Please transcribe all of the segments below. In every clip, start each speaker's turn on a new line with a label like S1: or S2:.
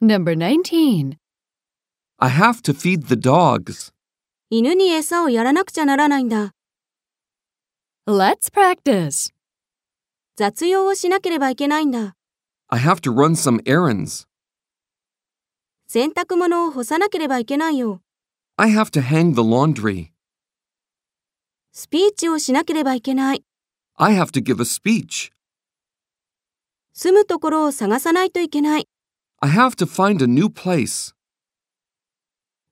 S1: Number 19.
S2: I have to feed the dogs.
S3: 犬に餌をやらなくちゃならないんだ。
S1: Let's practice.
S3: 雑用をしなければいけないんだ。
S2: I have to run some errands.
S3: 洗濯物を干さなければいけないよ。
S2: I have to hang the laundry.
S3: スピーチをしなければいけない。
S2: I have to give a speech.
S3: 住むところを探さないといけない。
S2: I have to find a new place.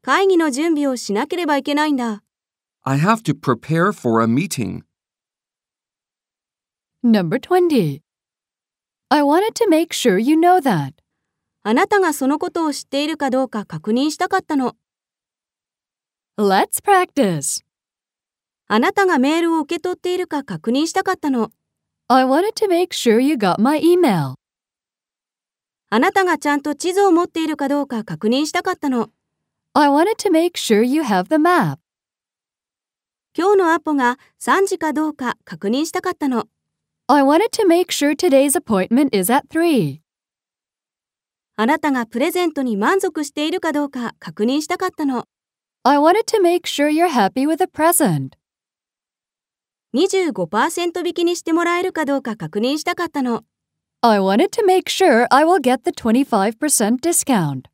S3: 会議の準備をしなければいけないんだ。
S2: I have to prepare for a meeting.
S1: Number 20. I wanted to make sure you know that.
S3: あなたがそのことを知っているかどうか確認したかったの。
S1: Let's practice.
S3: あなたがメールを受け取っているか確認したかったの。
S1: I wanted to make sure you got my email.
S3: あなたがちゃんと地図を持っているかどうか確認したかったの。
S1: I wanted to make sure you have the map.
S3: 今日のアポが3時かどうか確認したかったの。
S1: I wanted to make sure today's appointment is at 3.
S3: あなたがプレゼントに満足しているかどうか確認したかったの。
S1: I wanted to make sure you're happy with the present.
S3: 25%引きにしてもらえるかどうか確認したかったの。
S1: I wanted to make sure I will get the 25% discount.